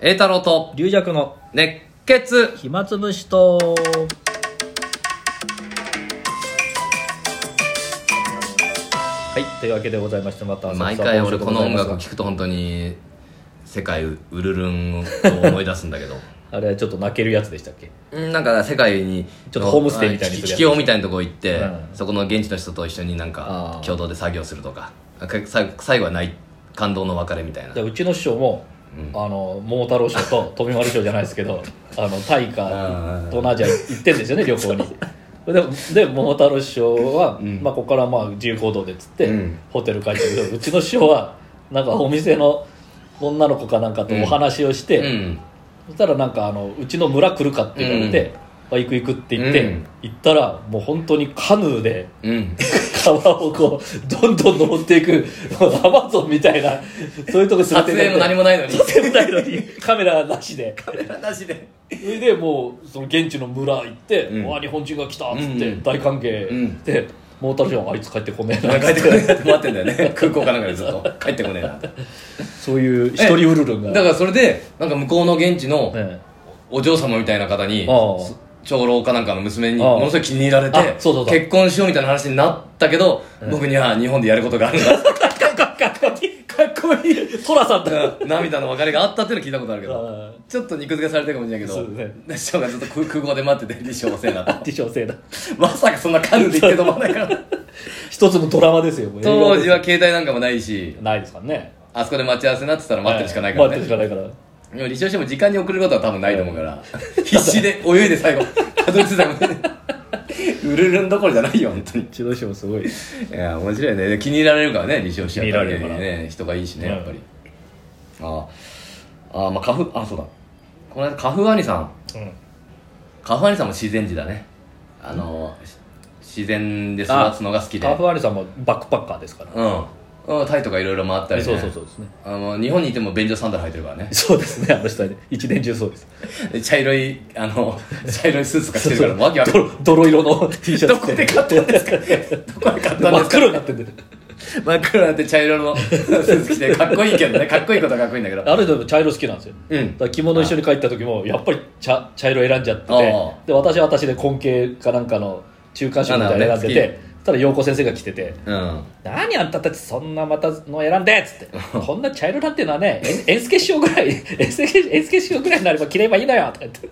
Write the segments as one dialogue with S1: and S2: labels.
S1: 栄太郎と
S2: 龍尺の
S1: 熱血
S2: 暇つぶしとはいというわけでございましてまた
S1: 毎回俺この音楽聴くと本当に世界ウルルンを思い出すんだ けど
S2: あれはちょっと泣けるやつでしたっけ
S1: うんなんか世界に
S2: ちょっとホームステイみたいにするや
S1: 地
S2: つ
S1: 球みたいなとこ行って、
S2: うん
S1: そこの現地の人と一緒になんか
S2: あー
S1: 共同で作業するとかか最最後はない感動の別れみたいな
S2: じゃあうちの師匠も、あの桃太郎師匠と富丸師匠じゃないです けどあのタイ
S1: あ
S2: か
S1: ー
S2: 東南アジア行ってんですよね旅行にでで桃太郎師匠は、
S1: ん
S2: まあ、ここからまあ自由行動でっつって、
S1: うん
S2: ホテル帰ったけどうちの師匠はなんかお店の女の子かなんかとお話をして、
S1: うん
S2: そしたらなんかあのうちの村来るかって言われて、あ行く行くって言って、
S1: うん
S2: 行ったらもう本当にカヌーで
S1: うん
S2: 川をこうどんどん登っていくアマゾンみたいなそういうとこ連れ
S1: 撮影
S2: て行かれて
S1: も 何もないのに
S2: 撮影もないのにカメラなしで
S1: なしで
S2: それでもうその現地の村行って「
S1: うん
S2: わあ日本人が来た」っつっ
S1: う
S2: て
S1: ん
S2: 大歓
S1: うん
S2: 迎で「モータルジョンあいつ帰ってこねえ な」
S1: 帰ってこないって待ってんだよね空港かなんかでずっと帰ってこねえなって
S2: そういう一人ウルルンが
S1: だからそれでなんか向こうの現地の、
S2: ね
S1: お嬢様みたいな方に
S2: ああ
S1: そ長老かなんかの娘に
S2: ああ
S1: ものすごい気に入られて
S2: あそうそうそう
S1: 結婚しようみたいな話になったけど、僕には日本でやることがあるん だ
S2: かっこいいかっこいい寅さん だ
S1: 涙の別れがあったっていうの聞いたことあるけど
S2: あ
S1: ちょっと肉付けされてるかもしれないけ
S2: そうで
S1: ど師匠がずっと空空港で待ってて「師匠お世話にな
S2: あ
S1: っ
S2: 自称性だ
S1: た」まさかそんなカヌーで行けどまない から
S2: 一つのドラマですよもう映画です
S1: 当時は携帯なんかもないし
S2: ないですからね
S1: あそこで待ち合わせになってたら待ってるしかないから
S2: はい
S1: ね、
S2: 待ってるしかないから
S1: でも立証しても時間に遅れることは多分ないと思うから、必死で泳いで 最後たどり着いたもんねうるるんどころじゃないよ本当に
S2: うちの師匠もすごいです
S1: いや面白いね気に入られるからね理想しやっぱり
S2: 気に入られる
S1: ね人がいいしね
S2: うん
S1: やっぱり、あああまあ花粉あそうだこの間花粉兄さん
S2: うん
S1: 花粉兄さんも自然児だねあの、し自然で育つのが好きで
S2: カーフアリさんもバックパッカーですから
S1: うんうんタイとかいろいろ回ったり、ね、
S2: そうそうそうですね
S1: あの日本にいても便所サンダル履いてるからね
S2: そうですねあの人はね一年中そうです
S1: で茶色いあの 茶色いスーツとか着てるからわけわかんない
S2: 泥泥色の T シャツ
S1: どこで買ったんですかどこで買ったんですか
S2: 真っ黒になってんで
S1: 真っ黒になって茶色のスーツ着てかっこいいけどねかっこいいことはかっこいいんだけど
S2: ある人も茶色好きなんですよ
S1: うん
S2: だから着物一緒に帰った時もやっぱり茶茶色選んじゃって
S1: ああ
S2: てで私は私で根形かなんかの中間色みたいなの選んで
S1: あなるほ
S2: てそしたら陽子先生が着てて
S1: うん
S2: 何あんたたちそんなまたの選んでっつって こんな茶色なんていうのはねえん円助師匠ぐらい 円助師円助師匠ぐらいになれば着ればいいのよとか言って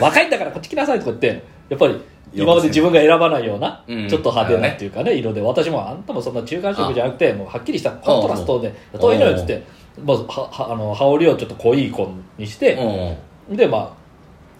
S2: 若いんだからこっち来なさいとか言ってやっぱり今まで自分が選ばないような、
S1: うん
S2: ちょっと派手なっていうかね色で私もあんたもそんな中間色じゃなくてもうはっきりしたコントラストで
S1: おう
S2: 遠いのよっつって、まあ、ははあの羽織をちょっと濃い紺にして、
S1: うん
S2: でまあ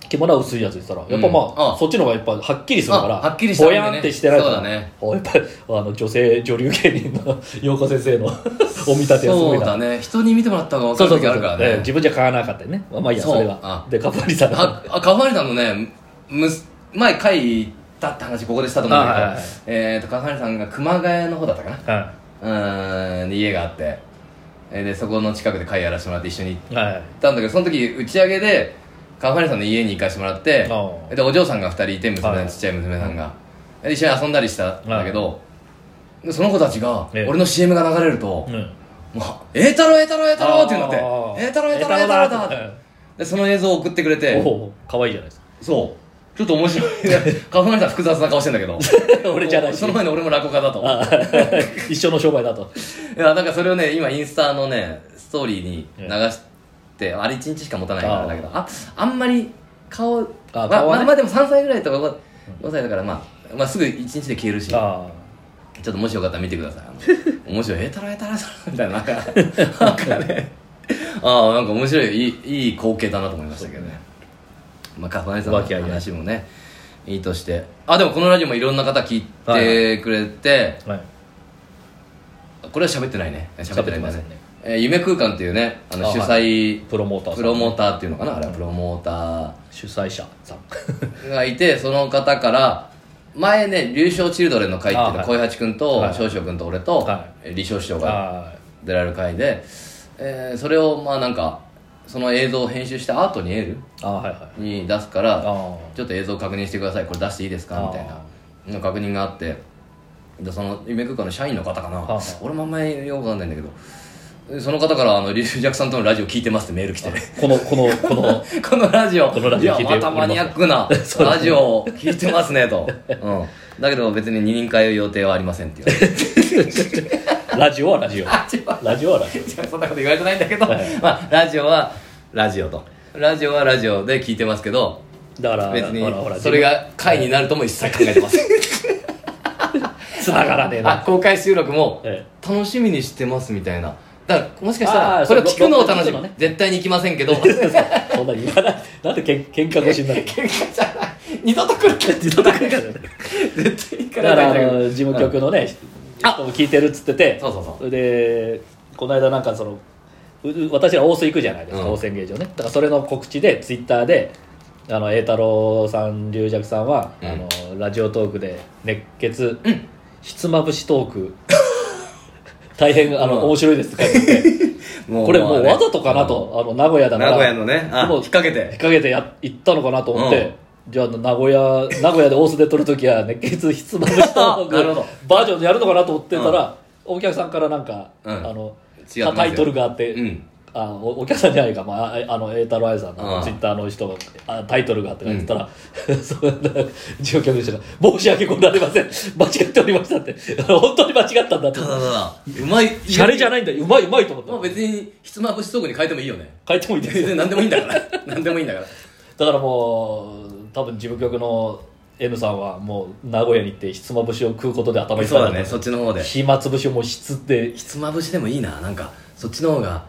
S2: 着物は薄いやつにしたらやっぱまあ,、
S1: うんあ
S2: そっちの方がやっぱはっきりするから
S1: あはっきりした
S2: ぼ
S1: 方がいいね
S2: やんってしてない
S1: そうだね
S2: あやっぱりあの女性女流芸人の 陽子先生のお見立てはすご
S1: そ
S2: いう
S1: だ
S2: な
S1: ね人に見てもらった方が分か
S2: そうそう
S1: る時
S2: そう
S1: あるから
S2: ええ
S1: ね
S2: 自分じゃ買わなかったよねまあまあいいや
S1: そ
S2: そうれは
S1: あ
S2: でカッパリさん
S1: ああ川原さんのねむす前会行ったって話ここでしたと思うんだけど、
S2: あはいはい
S1: えーと川原さんが熊谷の方だったかな
S2: は
S1: うーんで家があってえーでそこの近くで会やらせてもらって一緒に行っ
S2: いはい
S1: たんだけどその時打ち上げで川原さんの家に行かせてもらって
S2: ああ
S1: でお嬢さんが2人いて
S2: はい
S1: 娘
S2: はい
S1: ちっちゃい娘さんがで一緒に遊んだりしたんだけど、でその子たちが
S2: ええ
S1: 俺の CM が流れると、
S2: うん
S1: もう「えー、太郎えー、太郎えー、太郎」って言うんだ
S2: あ
S1: っ
S2: ー
S1: て「えー、太郎えー、太郎えー、太郎え
S2: 栄太郎
S1: ー、
S2: だ
S1: 太郎」でその映像を送ってくれて
S2: おお可愛いじゃないですか
S1: そうちょっと面 白いいや川原さん複雑な顔してんだけど
S2: 俺じゃないし
S1: その前に俺も落語家だと
S2: あ 一緒の商売だと
S1: いやなんかそれをね今インスタのねストーリーに流して、あれ1日しか持たないから
S2: あー
S1: だけどああんまり顔
S2: あ
S1: まあ
S2: 顔
S1: ま
S2: はね
S1: あまあでも3歳ぐらいとか 5, 歳だから、まあ、まあすぐ1日で消えるしちょ
S2: ああ
S1: っともしよかったら見てくださいあの面白い「えーたらえーたらえーたら」みたいななんかなんかねああなんか面白いいいいい光景だなと思いましたけどねまあカファネさんの
S2: 和気あいあい
S1: 話もねいいとしてあでもこのラジオもいろんな方聞いてくれて、
S2: はい
S1: これは喋ってないね喋ってないんだ
S2: 喋ってませ
S1: ね
S2: んね
S1: えー夢空間っていうねあの
S2: あ
S1: 主催
S2: プロモーターさん
S1: プロモーターっていうのかなあれはプロモータ
S2: 主催者さん
S1: ーがいてその方から前ね流昇チルドレンの会っていう
S2: あ
S1: の
S2: はい
S1: 小井八君と
S2: はい
S1: 少々君と俺と
S2: は
S1: えー李翔師匠が
S2: あ
S1: 出られる会でえーそれをまあなんかその映像を編集した後にエール
S2: ああはいはい
S1: に出すか
S2: あ
S1: ら
S2: あ
S1: ちょっと映像確認してくださいこれ出していいですかみたいな
S2: あ
S1: の確認があってでその夢空間の社員の方かな
S2: あ
S1: 俺もあんまりよくわかんないんだけどその方からあのリュウジャクさんとのラジオ聞いてますってメール来て
S2: このこのこの
S1: このラジオ
S2: このラジオ聞いて
S1: いやまたマニアックな
S2: そう
S1: ラジオを聞いてますねと、うん、だけど別に二人会を予定はありませんって言われて
S2: ラジオはラジオ
S1: あ違 う
S2: ラジオはラジオ
S1: 違うそんなこと言われてないんだけど、
S2: はい
S1: まあ、ラジオはラジオとラジオはラジオで聞いてますけど
S2: だから
S1: 別に
S2: ほらほら
S1: それが回になるとも一切考えてません
S2: つながらねえ
S1: あ
S2: な
S1: 公開収録も
S2: え
S1: 楽しみにしてますみたいなだからもしかした
S2: あ
S1: ら
S2: ー
S1: これを聞くのを
S2: そう
S1: 楽し
S2: 録音するの
S1: み、
S2: ね
S1: 絶対に行きませんけど
S2: そんなに言わないなんでけん喧嘩腰になる
S1: 喧嘩じゃない二度と来るか二度と来るか絶対行か
S2: だか
S1: ないん
S2: らあ
S1: だけど
S2: の事務局のね、
S1: あ
S2: 人も聞いてるっつってて
S1: そうそうそう
S2: れでこの間なんかそのうう私ら大須行くじゃないですか、
S1: うん
S2: 大須演芸場ねだからそれの告知でツイッターであの栄太郎さん龍尺さんは、
S1: うん
S2: あのラジオトークで熱血、ひつまぶしトーク 大変あ
S1: う
S2: の、
S1: ん
S2: 面白いですって書いてあって
S1: も
S2: これもうわざとかなと、あの名古屋だから
S1: 名古屋のねあ
S2: でも
S1: 引っ掛け
S2: 引って掛けてや行ったのかなと思って、じゃあ名古屋名古屋で大須で撮るときは熱血ひつまぶしト ー
S1: なるほど
S2: クバージョンでやるのかなと思ってたら、お客さんからなんか、
S1: うん
S2: あの
S1: 違いますよ
S2: タイトルがあって、
S1: うん
S2: あおお客さんじゃないか、まあ、ああの栄太郎愛さん
S1: う
S2: の
S1: ん
S2: ツイッターの人があタイトルがあって書いてたら、 そんな乗客の人が「申し訳ございません間違っておりました」って 本当に間違ったんだっ
S1: た
S2: て
S1: だただうまい
S2: シャレじゃ
S1: ない
S2: ないんだようまいうまいと思った、
S1: まあ別にひつまぶしトークに変えてもいいよね
S2: 書いてもいいですよ
S1: 全然何でもいいんだ から何でもいいんだから
S2: だからもう多分事務局の N さんはもう名古屋に行ってひつまぶしを食うことで頭いっぱ
S1: そ
S2: いうにな
S1: だ
S2: る
S1: ねそっちの方で
S2: 暇つぶしをもう質って
S1: ひつまぶしでもいいななんかそっちの方が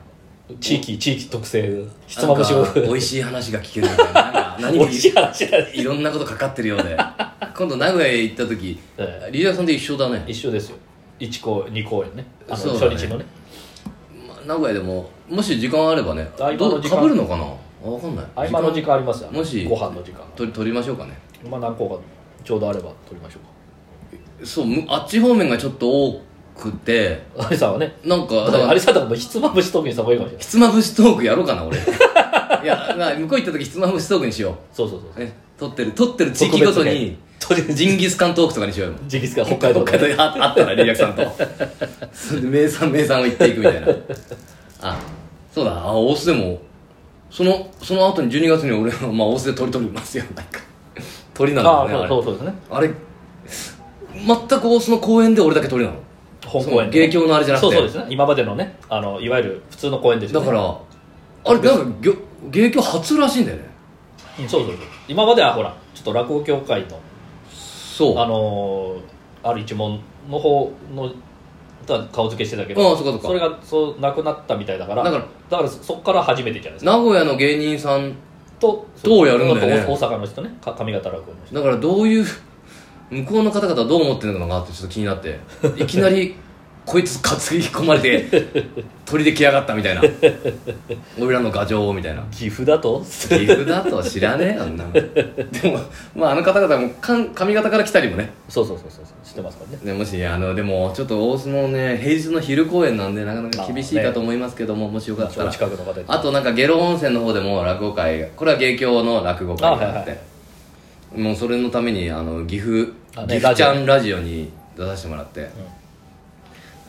S2: 地域地域特性ひつまぶしを
S1: なんか美味しい話が聞けるみたいななんか何
S2: 美
S1: も
S2: 味しい話だね
S1: いろんなことかかってるようで今度名古屋へ行った時
S2: え
S1: リーダーさんと一緒だね
S2: 一緒ですよ1公演2公演ねあの
S1: そう
S2: 初
S1: だね
S2: 日のね
S1: まあ名古屋でももし時間あればね
S2: 合間の
S1: どう
S2: 時
S1: か
S2: 間
S1: ぶるのかな分かんない
S2: 合間の時
S1: 間
S2: 間ありますよ
S1: もし
S2: ご飯の時間
S1: 取り取りましょうかね
S2: まあ何個かちょうどあれば取りましょう
S1: そうむあっち方面がちょっと多くて
S2: か有さんはね
S1: なんかだから
S2: 有さんとかもひつまぶし特にさばいいかもしれない
S1: ひつまぶしトークやろうかな俺 いや、まあ、向こう行った時ひつまぶしトークにしよ
S2: そうそう
S1: う、
S2: そう
S1: ね、撮ってる撮ってる地域ごとに
S2: 特別ね
S1: ジンギスカントークとかにしようよ
S2: ジギスカン北海道
S1: 北海
S2: で
S1: 道にああったらリーダーさんとそれで名産名産を言っていくみたいなあそうだあ大須でもそのその後に12月に俺は、まあ、大須で鳥取りますよなんか鳥なんだよ
S2: ああ
S1: ねあれ
S2: そうそうですね
S1: あれ全く大須の公園で俺だけ鳥なの
S2: 本公演
S1: その芸協のあれじゃなくて
S2: そうそうですね今までのねあのいわゆる普通の公演ですよ
S1: だ
S2: ね
S1: からあれなんかぎょ芸協初らしいんだよね
S2: うんそうそうそう今まではほらちょっと落語協会の
S1: そう
S2: あのーある一門の方のとは顔付けしてたけど
S1: ああそっかそっか
S2: れがそうなくなったみたいだから
S1: だから
S2: だからそそっから初めてじゃないですか
S1: 名古屋の芸人さん
S2: と
S1: どうやるんだよね
S2: あと大大阪の人ねか上方落語の人
S1: だからどういう向こうの方々はどう思ってるのかなってちょっと気になっていきなり こいつ担ぎ込まれて取りで来やがったみ たいな俺らの牙城をみたいな
S2: 岐阜だと
S1: 岐阜だとは知らねえあんなのでも、まあ、あの方々もかん髪型から来たりもね
S2: そうそうそうそう知ってますから
S1: ね
S2: ね
S1: もしあのでもちょっと大相撲ね平日の昼公演なんでなかなか厳しいかと思いますけども、もしよかった
S2: お
S1: ら
S2: 近くの方で
S1: あとなんか下呂温泉の方でも落語会がこれは芸協の落語会があって
S2: あはいは
S1: もうそれのためにあの岐阜
S2: あ
S1: 岐
S2: ね
S1: 阜ちゃんラジオに出させてもらって、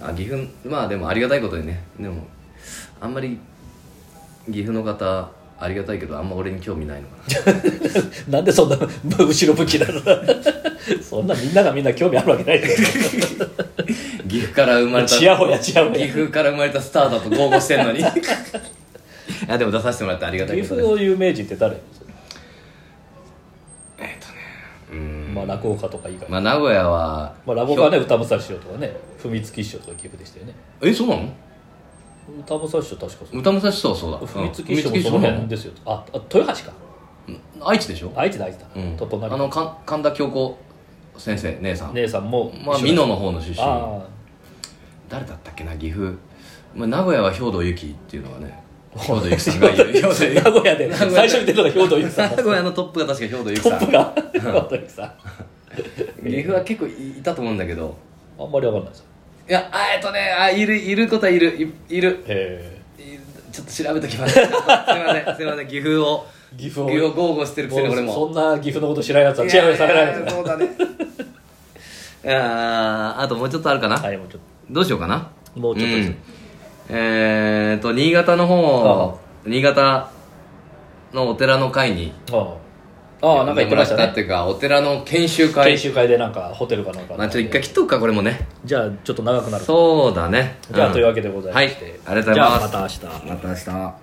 S1: あ岐阜まあでもありがたいことにねでもあんまり岐阜の方ありがたいけどあんま俺に興味ないのかな
S2: なんでそんな後ろ向きなの そんなみんながみんな興味あるわけないですよ
S1: 岐阜から 生まれた
S2: ちやほやちやほや
S1: 岐阜から生まれたスターだと豪語して んのにいやでも出させてもらってありがたい
S2: 岐
S1: こと
S2: 阜
S1: です
S2: の有名人って誰
S1: うん
S2: まあ落語家とか以外
S1: まあ名古屋は
S2: まあ、ラボがね歌武蔵師匠とかね文月師匠とか岐阜でしたよね
S1: えそうなの
S2: 歌武蔵師匠確かそう
S1: 歌武蔵師匠はそうだ
S2: 文
S1: うん
S2: 月師匠もその辺ですよああ豊橋か
S1: 愛知でしょ、
S2: 愛知だ愛知だ、
S1: うん、
S2: と隣
S1: あのかん神田京子先生姉さん、
S2: 姉さんも
S1: まあ美濃の方の出身
S2: あ
S1: 誰だったっけな岐阜、まあ、名古屋は兵藤由紀っていうのは ね兵藤由紀さんが言う兵藤
S2: あ
S1: 由
S2: 名
S1: 紀
S2: 古屋で
S1: 名古屋
S2: 最初に出たのが兵藤由紀さん
S1: 名古屋のトップが確か兵藤由紀
S2: ト
S1: さん
S2: ップが兵藤由紀さん
S1: 岐阜は結構いいたと思うんだけど
S2: あんまりわかんないですよ
S1: いやあえっとねあいるいることはいるいいる
S2: へ
S1: いちょっと調べときますすいませんすいません岐阜を
S2: え岐
S1: 岐
S2: 阜
S1: 阜
S2: を
S1: を豪語してるくせに俺も
S2: そんな岐阜のこと知らないやつはチヤホヤされないです
S1: そうだね あーあともうちょっとあるかな、
S2: はいもうちょっ
S1: どうしようかな
S2: ともうちょっとです、
S1: うんえーと新潟の方新潟のお寺の会に
S2: ああああなんか言ってました
S1: 呼んでもらっっ
S2: ね
S1: ていうかお寺の研修会
S2: 研修会でなんかホテルかなんか
S1: まあちょっと一回切っとくかこれもね
S2: じゃあちょっと長くなる
S1: そうだね
S2: じゃあ、
S1: ん
S2: というわけでございまして、
S1: はいありがとうございます
S2: じゃあまた明日
S1: また明日